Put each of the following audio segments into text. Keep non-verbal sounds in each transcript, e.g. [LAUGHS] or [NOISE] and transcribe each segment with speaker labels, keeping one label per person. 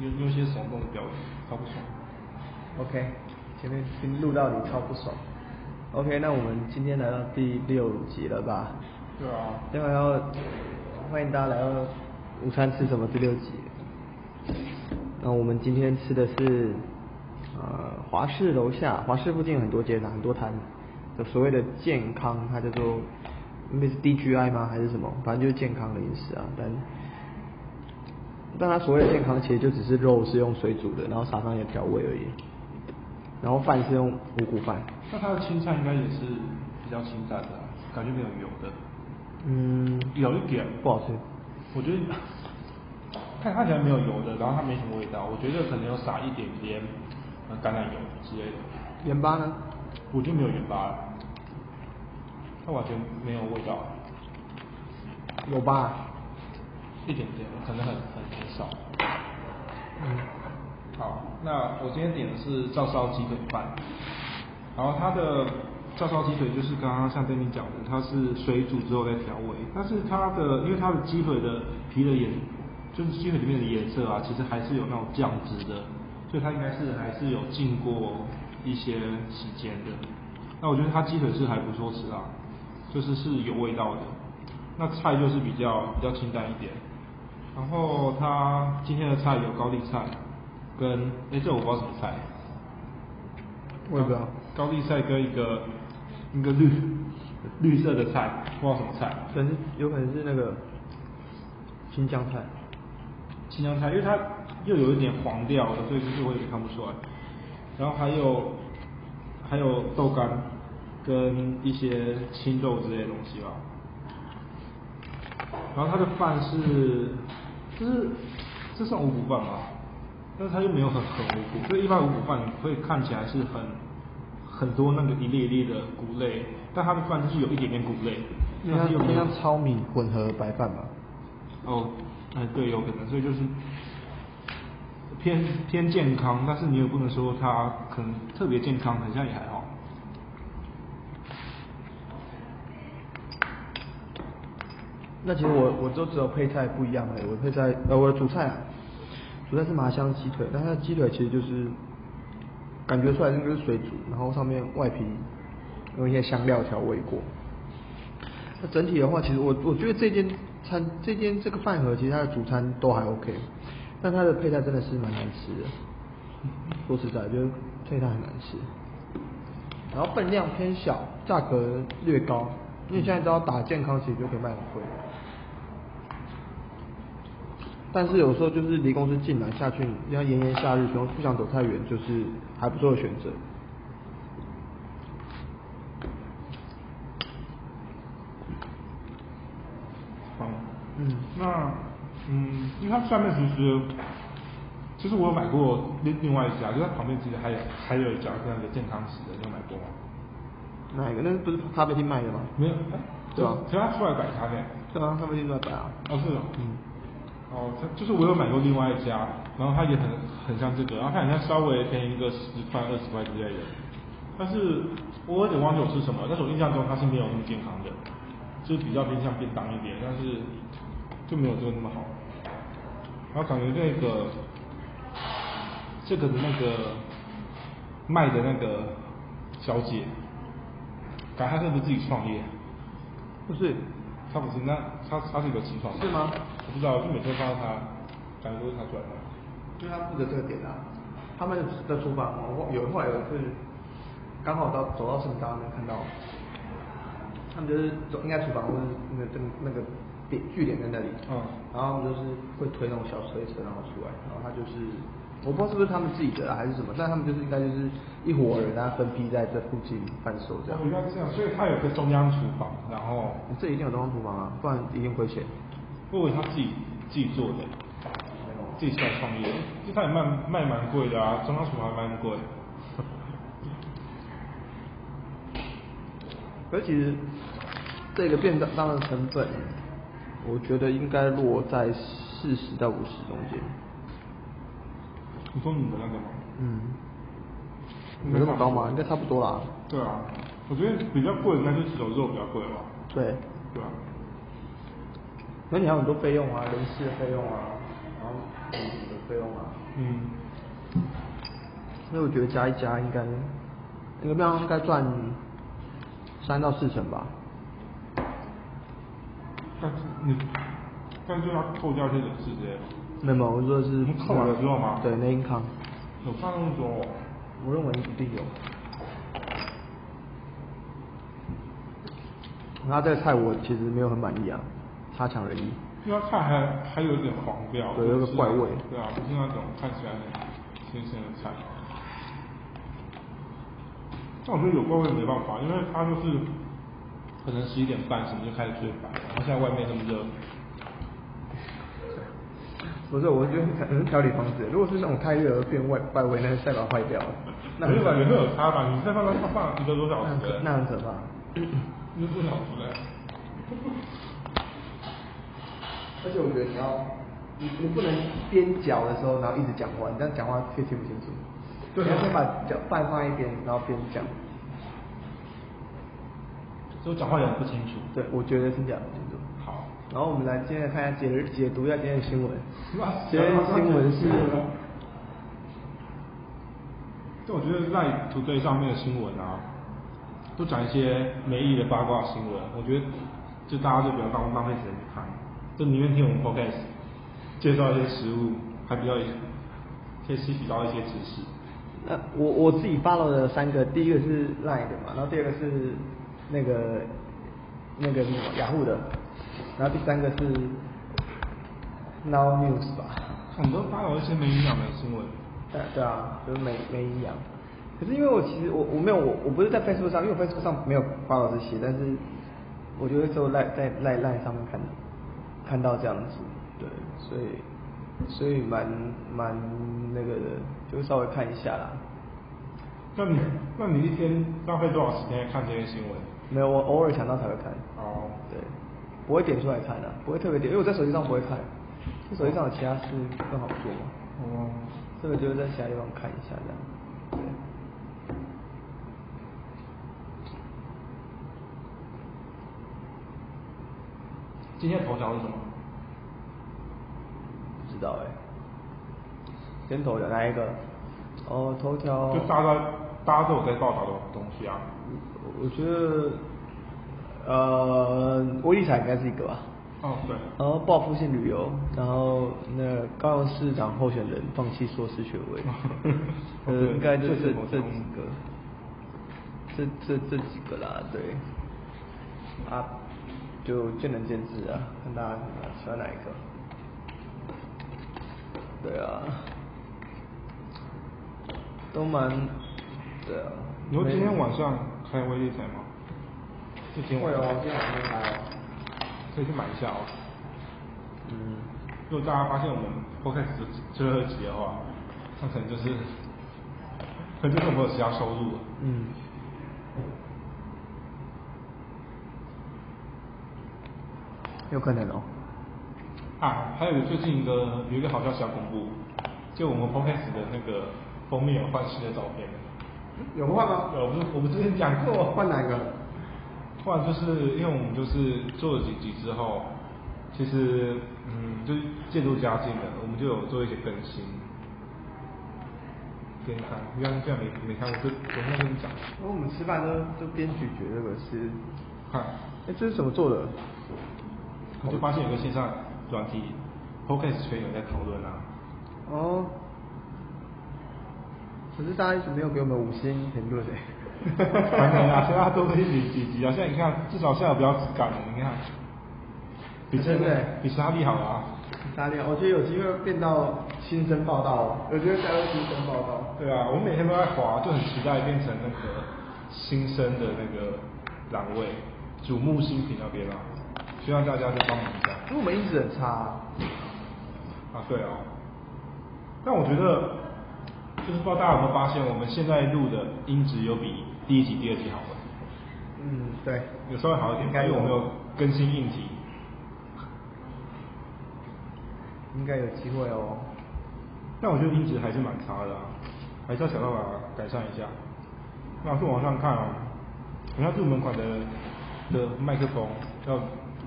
Speaker 1: 有有些耸动标语，好不爽。
Speaker 2: OK，前面听录到你超不爽。OK，那我们今天来到第六集了吧？
Speaker 1: 对啊，
Speaker 2: 另外要欢迎大家来到午餐吃什么第六集。那我们今天吃的是呃华氏楼下，华氏附近有很多街摊，很多摊有所谓的健康，它叫做那是 DGI 吗？还是什么？反正就是健康的饮食啊，但但它所谓的健康，其实就只是肉是用水煮的，然后撒上一些调味而已，然后饭是用五谷饭。
Speaker 1: 那它的青菜应该也是比较清淡的啊、感觉没有油的，
Speaker 2: 嗯，
Speaker 1: 有一点
Speaker 2: 不好吃。
Speaker 1: 我觉得看看起来没有油的，然后它没什么味道，我觉得可能有撒一点点呃橄榄油之类的，
Speaker 2: 盐巴呢？
Speaker 1: 我就没有盐巴了，它完全没有味道，
Speaker 2: 有吧？
Speaker 1: 一点点，可能很很很少。
Speaker 2: 嗯，
Speaker 1: 好，那我今天点的是照烧鸡腿饭，然后它的照烧鸡腿就是刚刚像对你讲的，它是水煮之后再调味，但是它的因为它的鸡腿的皮的颜，就是鸡腿里面的颜色啊，其实还是有那种酱汁的，所以它应该是还是有经过一些时间的。那我觉得它鸡腿是还不错吃啊，就是是有味道的。那菜就是比较比较清淡一点，然后它今天的菜有高丽菜，跟哎这我不知道什么菜，
Speaker 2: 我也不知道。
Speaker 1: 高丽菜跟一个一个绿绿色的菜，不知道什么菜，
Speaker 2: 可能是有可能是那个新疆菜。
Speaker 1: 新疆菜，因为它又有一点黄掉了，所以就是我也看不出来。然后还有还有豆干跟一些青豆之类的东西吧。然后它的饭是，就是这算五谷饭吗？但是它又没有很很五谷，所以一般五谷饭会看起来是很很多那个一粒一粒的谷类，但它的饭就是有一点点谷类，
Speaker 2: 因为
Speaker 1: 但
Speaker 2: 它
Speaker 1: 是又没
Speaker 2: 偏
Speaker 1: 有
Speaker 2: 向糙米混合白饭吧。
Speaker 1: 哦，哎，对，有可能，所以就是偏偏健康，但是你也不能说它可能特别健康，好像也还好。
Speaker 2: 那其实我我就只有配菜不一样而已，我配菜呃我的主菜啊，主菜是麻香鸡腿，但它的鸡腿其实就是感觉出来那个是水煮，然后上面外皮用一些香料调味过。那整体的话，其实我我觉得这间餐这间这个饭盒其实它的主餐都还 OK，但它的配菜真的是蛮难吃的。说实在，就是配菜很难吃。然后分量偏小，价格略高，因为现在知道打健康其实就可以卖很贵。但是有时候就是离公司近了下去，你要炎炎夏日，不用不想走太远，就是还不错的选择。
Speaker 1: 嗯，
Speaker 2: 嗯，
Speaker 1: 那嗯，因为它下面其实其实我有买过另另外一家，就它旁边其实还有还有一家是那个健康食的，你有买过吗？
Speaker 2: 哪一个？那不是咖啡厅卖的吗？
Speaker 1: 没有，哎
Speaker 2: 对啊
Speaker 1: 可是它出来摆摊嘞。
Speaker 2: 对啊，咖啡厅都在摆啊。
Speaker 1: 哦，是哦，
Speaker 2: 嗯，
Speaker 1: 哦，它就是我有买过另外一家，然后它也很很像这个，然后它好像稍微便宜个十块、二十块之类的，但是我有点忘记我是什么，但是我印象中它是没有那么健康的，就是比较偏向便当一点，但是就没有这个那么好。然后感觉这个这个的那个卖的那个小姐，感觉她是不是自己创业？
Speaker 2: 不是，
Speaker 1: 他不是，那他他是有起床的
Speaker 2: 是吗
Speaker 1: 我不知道，就每天看到他，感觉都是他转的。
Speaker 2: 就是他负责这个点啊。他们的厨房，我有后来有一次刚好到走到盛大那边看到，他们就是走应该厨房或者那个那个点据点在那里，
Speaker 1: 嗯
Speaker 2: 然后他们就是会推那种小推车然后出来，然后他就是我不知道是不是他们自己的啊还是什么，但他们就是应该就是一伙人啊分批在这附近贩售这样
Speaker 1: 我。觉得这样，所以他有个中央厨房，然后
Speaker 2: 这一定有东方厨房啊，不然一定亏钱。
Speaker 1: 我以为他自己自己做的，自己出来创业，就他也卖卖蛮贵的啊，中央厨房还蛮贵。
Speaker 2: 可是其实这个便当当的成本，我觉得应该落在四十到五十中间。
Speaker 1: 你说你的那个吗？
Speaker 2: 嗯，有那么高吗？应该差不多啦。
Speaker 1: 对啊，我觉得比较贵的应该就是手肉比较贵吧，
Speaker 2: 对，
Speaker 1: 对吧、啊？
Speaker 2: 那你还有很多费用啊，人事费用啊，然后什么的费用啊，
Speaker 1: 嗯
Speaker 2: 所以我觉得加一加应该，那个面包应该赚三到四成吧。
Speaker 1: 但是你，但是要扣掉一些人事之类的。
Speaker 2: 没有没有，我说的是
Speaker 1: 我们扣完了之后吗
Speaker 2: 对，内 income，
Speaker 1: 有看那么多哦、
Speaker 2: 我认为一定有。那这个菜我其实没有很满意啊，差强人意。
Speaker 1: 因为它看还还有一点黄调，
Speaker 2: 对有个
Speaker 1: 就是
Speaker 2: 怪味
Speaker 1: 对啊，不是那种看起来很新鲜的菜。但我觉得有怪味没办法，因为它就是可能十一点半什么就开始最烦，然后现在外面那么热，
Speaker 2: 不是，我觉得很调理方式。如果是那种太热而变外外围，那是代表坏掉了。那
Speaker 1: 我就感觉会有差吧。你在放到放一个多小
Speaker 2: 那很
Speaker 1: 时
Speaker 2: 可
Speaker 1: 的，
Speaker 2: 那很可怕。
Speaker 1: 一个多小时嘞，
Speaker 2: 而且我觉得你要，你你不能边嚼的时候，然后一直讲话，你这样讲话却听不清楚。
Speaker 1: 对啊
Speaker 2: 你要先把嚼饭放一边，然后边讲。
Speaker 1: 所以我讲话也很不清楚。
Speaker 2: 对，我觉得是这样的。
Speaker 1: 好，
Speaker 2: 然后我们来接着看一下解解读一下今天的新闻。
Speaker 1: 那
Speaker 2: 今天的新闻是，
Speaker 1: 就我觉得在 Today 上面的新闻啊，都讲一些没意义的八卦新闻，我觉得就大家就不要当浪费时间去看，就宁愿听我们 podcast 介绍一些食物，还比较可以吸取到一些知识。
Speaker 2: 那呃我我自己 follow 的三个，第一个是 Line 的嘛，然后第二个是那个那个什么雅虎的，然后第三个是 Now News 吧。
Speaker 1: 很多发有一些没营养的新闻，
Speaker 2: 对对啊，就是没没营养。可是因为我其实我我没有我我不是在 Facebook 上，因为我 Facebook 上没有发到这些，但是我觉得只有赖在赖赖上面看看到这样子，对，所以所以蛮蛮那个的，就稍微看一下啦。
Speaker 1: 那你那你一天浪费多少时间看这些新闻？
Speaker 2: 没有，我偶尔想到才会看，
Speaker 1: 哦，
Speaker 2: 对，不会点出来看的、啊不会特别点，因为我在手机上不会看，就手机上有其他事更好做嘛。
Speaker 1: 哦，
Speaker 2: 这个就是在其他地方看一下这样。对
Speaker 1: 今天头条是什么？
Speaker 2: 不知道哎、先头条哪一个？哦，头条。
Speaker 1: 就大家大家都有在报道的东西啊。
Speaker 2: 我我觉得，呃，威力彩应该是一个吧。
Speaker 1: 哦，对，，
Speaker 2: 然后报复性旅游，然后那高雄市长候选人放弃硕士学位呃，
Speaker 1: 对
Speaker 2: 应该就
Speaker 1: 这是
Speaker 2: 是
Speaker 1: 某
Speaker 2: 这
Speaker 1: 种
Speaker 2: 几个，这这这几个啦，对，啊，就见仁见智啊，看大家喜欢哪一个，对啊，都蛮，对啊，
Speaker 1: 你说今
Speaker 2: 没
Speaker 1: 天晚上开威力彩吗？就今天晚上，
Speaker 2: 今晚没来哦，
Speaker 1: 可以去买一下哦。
Speaker 2: 嗯，
Speaker 1: 如果大家发现我们 podcast 最后一集的话，那可能就是，可能就是我们有其他收入了。
Speaker 2: 嗯，有可能哦。
Speaker 1: 啊，还有最近一个有一个好消息要公布，就我们 podcast 的那个封面有换新的照片了。
Speaker 2: 有换吗？
Speaker 1: 有，我们我们之前讲过。
Speaker 2: 换哪个？
Speaker 1: 后来就是因为我们就是做了几集之后，其实嗯，就是渐入佳境了，我们就有做一些更新。给你看，你看这样没没看过，就我现在跟你讲，
Speaker 2: 因为我们吃饭都都边咀嚼这个是，
Speaker 1: 看，
Speaker 2: 哎，这是怎么做的？
Speaker 1: 我就发现有个线上软体 podcast 圈有在讨论
Speaker 2: [LAUGHS]
Speaker 1: 啊，
Speaker 2: 哦，可是大家一直没有给我们五星评 [LAUGHS] 论哎。
Speaker 1: 还没啊，现在都是几几集啊，现在你看，至少现在比较质感了，你看，比这
Speaker 2: 真的
Speaker 1: 个
Speaker 2: 耶
Speaker 1: 比沙利好了啊，
Speaker 2: 哪里啊？我觉得有机会变到新生报道哦，有机会加入新生报道。
Speaker 1: 对啊，我每天都在滑，就很期待变成那个新生的那个栏位，瞩目新品那边啦、希望大家再帮忙一下
Speaker 2: 因为我们一直很差啊、
Speaker 1: 啊，对啊。但我觉得，就是不知道大家有没有发现，我们现在录的音质有比第一集、第二集好了，
Speaker 2: 嗯，对。
Speaker 1: 有稍微好一点，
Speaker 2: 应该有
Speaker 1: 因为我们有更新硬体。
Speaker 2: 应该有机会哦。
Speaker 1: 但我觉得音质还是蛮差的、啊，还是要想办法改善一下。那我去网上看啊，好像入门款的的麦克风要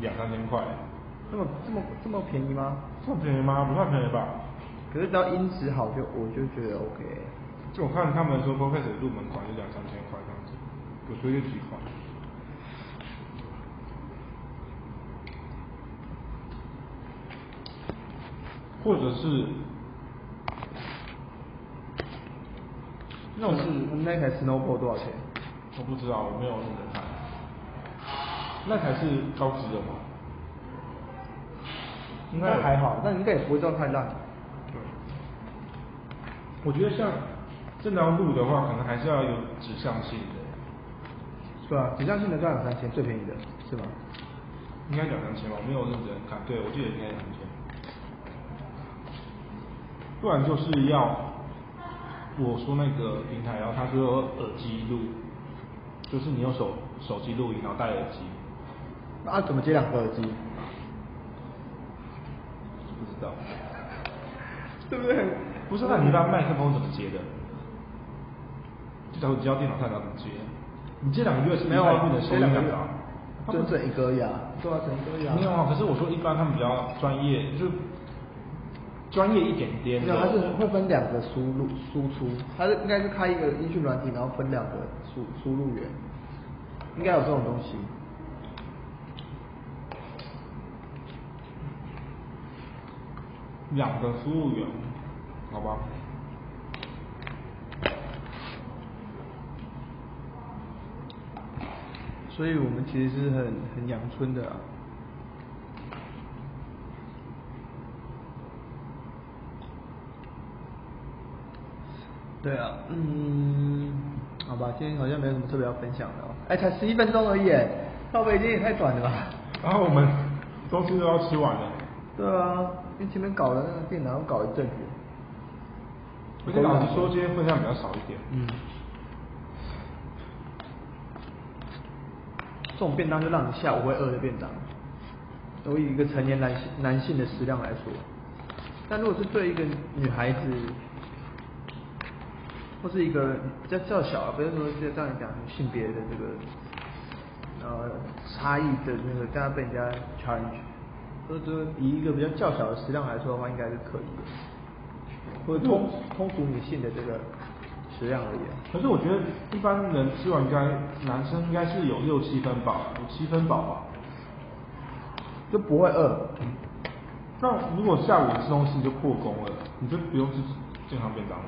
Speaker 1: 两三千块，
Speaker 2: 这么这么这么便宜吗？
Speaker 1: 算便宜吗？不算便宜吧。
Speaker 2: 可是只要音质好就，我就觉得 OK。
Speaker 1: 就我看他们说波克水入门款就两三千块这样子，有推荐几款？或者是
Speaker 2: 那我们那台 Snowball 多少钱？
Speaker 1: 我不知道，我没有认真看。那才是高级的嘛，
Speaker 2: 应该还好，但应该也不会到太烂。
Speaker 1: 对，我觉得像这条路的话，可能还是要有指向性的，
Speaker 2: 是吧？指啊向性能到两三千，最便宜的是吧？
Speaker 1: 应该两三千吧，我没有认真看，对我记得应该两千，不然就是要我说那个平台，然后他说耳机录，就是你用手手机录音，然后戴耳机，
Speaker 2: 啊，怎么接两个耳机？
Speaker 1: 不知道，
Speaker 2: 对不对？
Speaker 1: 不是，那你把麦克风怎么接的？就假如你接到电脑上，你要怎么接？你接两个 USB
Speaker 2: 没有啊
Speaker 1: 麦不能收音
Speaker 2: 接两
Speaker 1: 档
Speaker 2: 个
Speaker 1: 啊？他
Speaker 2: 就
Speaker 1: 们
Speaker 2: 整一个呀，对啊，整一个呀。
Speaker 1: 没有啊，可是我说一般他们比较专业，就是专业一点点
Speaker 2: 没
Speaker 1: 的。
Speaker 2: 有，它啊是会分两个输入输出，它是应该是开一个音讯软体，然后分两个输输入源，应该有这种东西。
Speaker 1: 两个服务员，好吧？
Speaker 2: 所以我们其实是很很阳春的、啊。对啊，嗯，好吧，今天好像没有什么特别要分享的、哦。哎，才十一分钟而已，到北京也太短了吧？
Speaker 1: 然后我们东西都要吃完了，
Speaker 2: 对啊，因为前面搞了那个电脑，搞一阵子。
Speaker 1: 而且老实说，今天分量比较少一点。
Speaker 2: 嗯，这种便当就让你下午会饿的便当，都以一个成年男性男性的食量来说，但如果是对一个女孩子，或是一个比较较小啊，不要说就这样讲性别的这个呃差异的那个，大家被人家 challenge，就是说呃以一个比较较小的食量来说的话，应该是可以的，嗯或者通通俗女性的这个食量而言。
Speaker 1: 可是我觉得一般人吃完应该，男生应该是有六七分饱，有七分饱吧。
Speaker 2: 就不会饿。
Speaker 1: 那如果下午吃东西就破功了，你就不用吃健康便当了，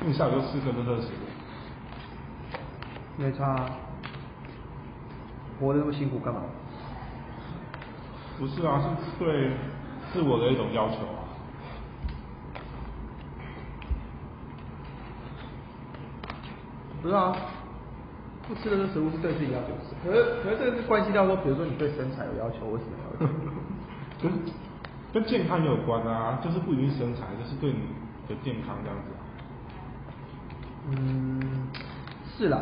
Speaker 1: 因为你下午就吃个热热食物。
Speaker 2: 没差、啊，活得那么辛苦干嘛？
Speaker 1: 不是啊，是对自我的一种要求啊。
Speaker 2: 不是啊，不吃的这食物是对自己要求，可是可是这个是关系到说，比如说你对身材有要求，为什么要求？
Speaker 1: 跟跟健康也有关啊，就是不一定是身材，就是对你的健康这样子、啊。
Speaker 2: 嗯，是啦。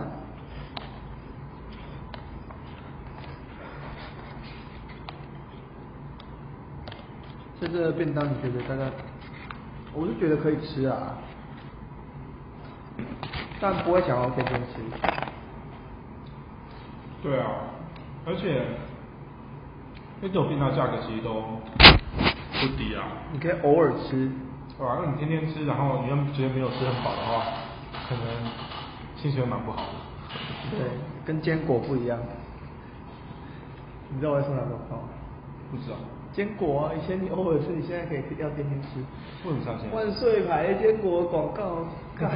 Speaker 2: 这个便当你觉得大概？我是觉得可以吃啊，但不会想要天天吃。
Speaker 1: 对啊，而且那种便当价格其实都不低啊，
Speaker 2: 你可以偶尔吃，
Speaker 1: 对吧、哦那你天天吃，然后你又觉得没有吃很饱的话，可能心情会蛮不好的。
Speaker 2: 对，跟坚果不一样。你知道我在说哪个吗？
Speaker 1: 不知道，
Speaker 2: 坚果啊，以前你偶尔吃，你现在可以要天天吃。
Speaker 1: 我很伤心啊，
Speaker 2: 万岁牌坚果广告，干，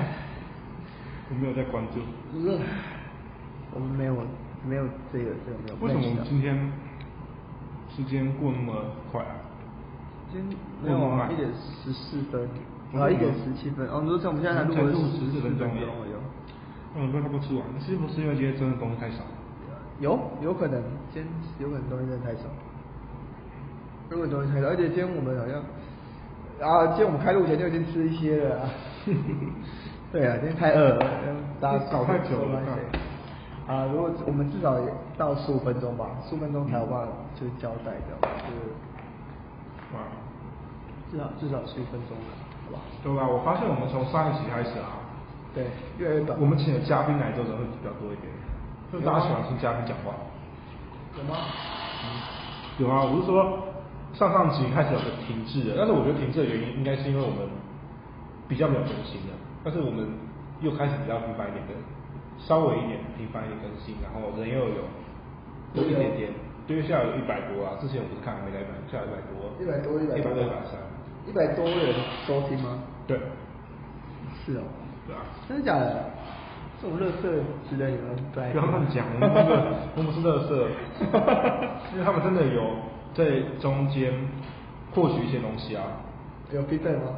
Speaker 1: 我没有在关注。
Speaker 2: 热，我们没有没有这个这个没有。
Speaker 1: 为什么我
Speaker 2: 没
Speaker 1: 们
Speaker 2: 有
Speaker 1: 今天时间过那么快啊？
Speaker 2: 今天没有啊？一点十四分，啊，一点十七分。哦，你说像我们现在才录了
Speaker 1: 录
Speaker 2: 十
Speaker 1: 四分
Speaker 2: 分
Speaker 1: 钟
Speaker 2: 钟哦左右。
Speaker 1: 那我们都差不多吃完，是不是因为今天真的东西太少了？
Speaker 2: 有有可能，今天有可能东西真的太少，有可能东西太少，而且今天我们好像啊，今天我们开录前就已经吃一些了、啊， [LAUGHS] 对啊，今天太饿了，大家
Speaker 1: 搞太久了
Speaker 2: 没关系啊，如果我们至少也到十五分钟吧，十五分钟才有办法就是交代掉，就是
Speaker 1: 哇，
Speaker 2: 至少至少十五分钟，好吧？
Speaker 1: 对吧？我发现我们从上一集开始啊，
Speaker 2: 对，越来越短。
Speaker 1: 我们请的嘉宾来做的会比较多一点，就大家喜欢听嘉宾讲话。
Speaker 2: 有吗？
Speaker 1: 有啊，我是说上上集开始有个停滞的，但是我觉得停滞的原因应该是因为我们比较没有更新了，但是我们又开始比较频繁一点更，稍微一点频繁一点更新，然后人又有多一点点，因为现在有一百多啊，之前我不是看还没到一百，现在有一百多，
Speaker 2: 一百多，一百
Speaker 1: 一百
Speaker 2: 多，
Speaker 1: 多，一百三，
Speaker 2: 一百多人收听吗？
Speaker 1: 对，
Speaker 2: 是哦，
Speaker 1: 对啊。
Speaker 2: 真的假的？这种乐色值得你们在
Speaker 1: 不要乱讲，我们
Speaker 2: [LAUGHS]
Speaker 1: 不是，我们不是乐色，因为他们真的有在中间获取一些东西啊。
Speaker 2: 有 feedback 吗？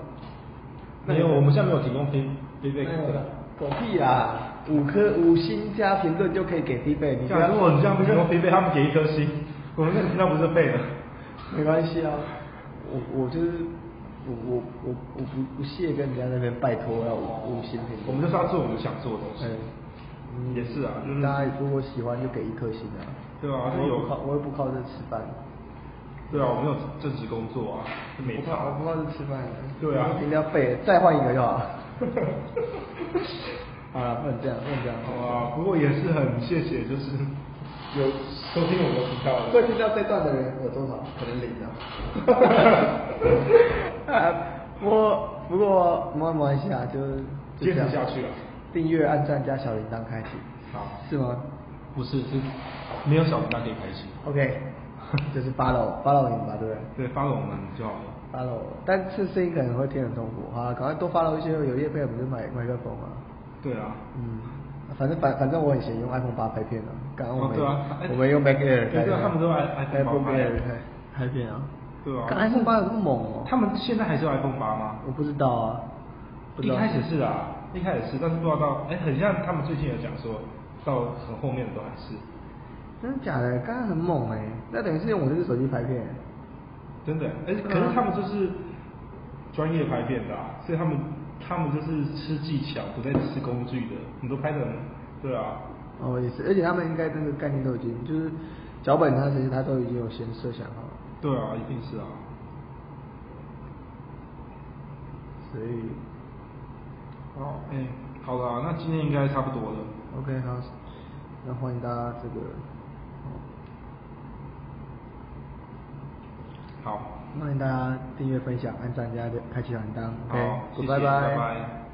Speaker 1: 没有，我们现在没有提供 feed-
Speaker 2: 没
Speaker 1: feedback
Speaker 2: 有
Speaker 1: 的
Speaker 2: 的。，狗屁啦！五颗五星加评论就可以给 feedback，你不要
Speaker 1: 啊干如果你这样提供 feedback，他们给一颗星，我们那个频道不是废了。
Speaker 2: 没关系啊，我我就是我我我我不不屑跟人家那边拜托要五五星评
Speaker 1: 我
Speaker 2: 论。
Speaker 1: 们就是要做我们想做的东西
Speaker 2: 哎。嗯
Speaker 1: 也是啊就是
Speaker 2: 大家如果喜欢就给一颗星啊。
Speaker 1: 对啊
Speaker 2: 我
Speaker 1: 就有
Speaker 2: 又不靠我又不靠这吃饭，
Speaker 1: 对啊，我们有正职工作啊，就没
Speaker 2: 我不
Speaker 1: 差
Speaker 2: 靠我不靠这吃饭。
Speaker 1: 对啊
Speaker 2: 一定要背，再换一个
Speaker 1: [LAUGHS]
Speaker 2: 就好。好了，不能这样，不能这样。
Speaker 1: 好啊，不过也是很谢谢，就是
Speaker 2: 有
Speaker 1: 收听我们频道的。
Speaker 2: 会听到这段的人有多少？可能零
Speaker 1: [LAUGHS]
Speaker 2: 啊。啊，不过不过没没关系啊，就是就
Speaker 1: 坚
Speaker 2: 这样
Speaker 1: 持下去了。
Speaker 2: 订阅、按赞加小铃铛开启，
Speaker 1: 好，
Speaker 2: 是吗
Speaker 1: 不是是没有小铃铛可以开心。
Speaker 2: ？OK，就是 [LAUGHS] follow follow 你们吧，对不对
Speaker 1: 对，发给我们就好了。
Speaker 2: ？follow，但是声音可能会听得很痛苦，好啊，赶快多 follow 一些有业配，我们就买麦克风啊。
Speaker 1: 对啊，
Speaker 2: 嗯，反正反反正我很闲，用 iPhone 八拍片啊，刚刚我
Speaker 1: 哦
Speaker 2: 们、
Speaker 1: 对啊哎
Speaker 2: 我们用 Mac
Speaker 1: 对
Speaker 2: Air 拍
Speaker 1: 对
Speaker 2: 的
Speaker 1: 啊他们都用 i- iPhone 8
Speaker 2: Mac
Speaker 1: 拍
Speaker 2: Air 拍拍片啊。
Speaker 1: 对啊
Speaker 2: 刚 iPhone 八有这么猛哦、
Speaker 1: 他们现在还是有 iPhone 八吗？
Speaker 2: 我不知道啊，不知
Speaker 1: 一
Speaker 2: 道
Speaker 1: 开始是啊，一开始是，但是不知道到，哎、很像他们最近有讲说，到很后面的都还是，
Speaker 2: 真的假的？刚刚很猛哎、那等于是用我这只手机拍片、
Speaker 1: 真的，
Speaker 2: 啊
Speaker 1: 哎、可是他们就是专业拍片的、啊，所以他们他们就是吃技巧，不再吃工具的，你都拍的，对啊，
Speaker 2: 哦，也是，而且他们应该这个概念都已经就是脚本，它其实它都已经有先设想好了，
Speaker 1: 对啊，一定是啊，
Speaker 2: 所以
Speaker 1: 哦，哎、好了啊、那今天应该差不多了，
Speaker 2: OK 好，那欢迎大家这个，哦
Speaker 1: 好，
Speaker 2: 欢迎大家订阅、分享、按赞、加开启小铃铛
Speaker 1: 好，谢谢，
Speaker 2: ，OK，拜
Speaker 1: 拜拜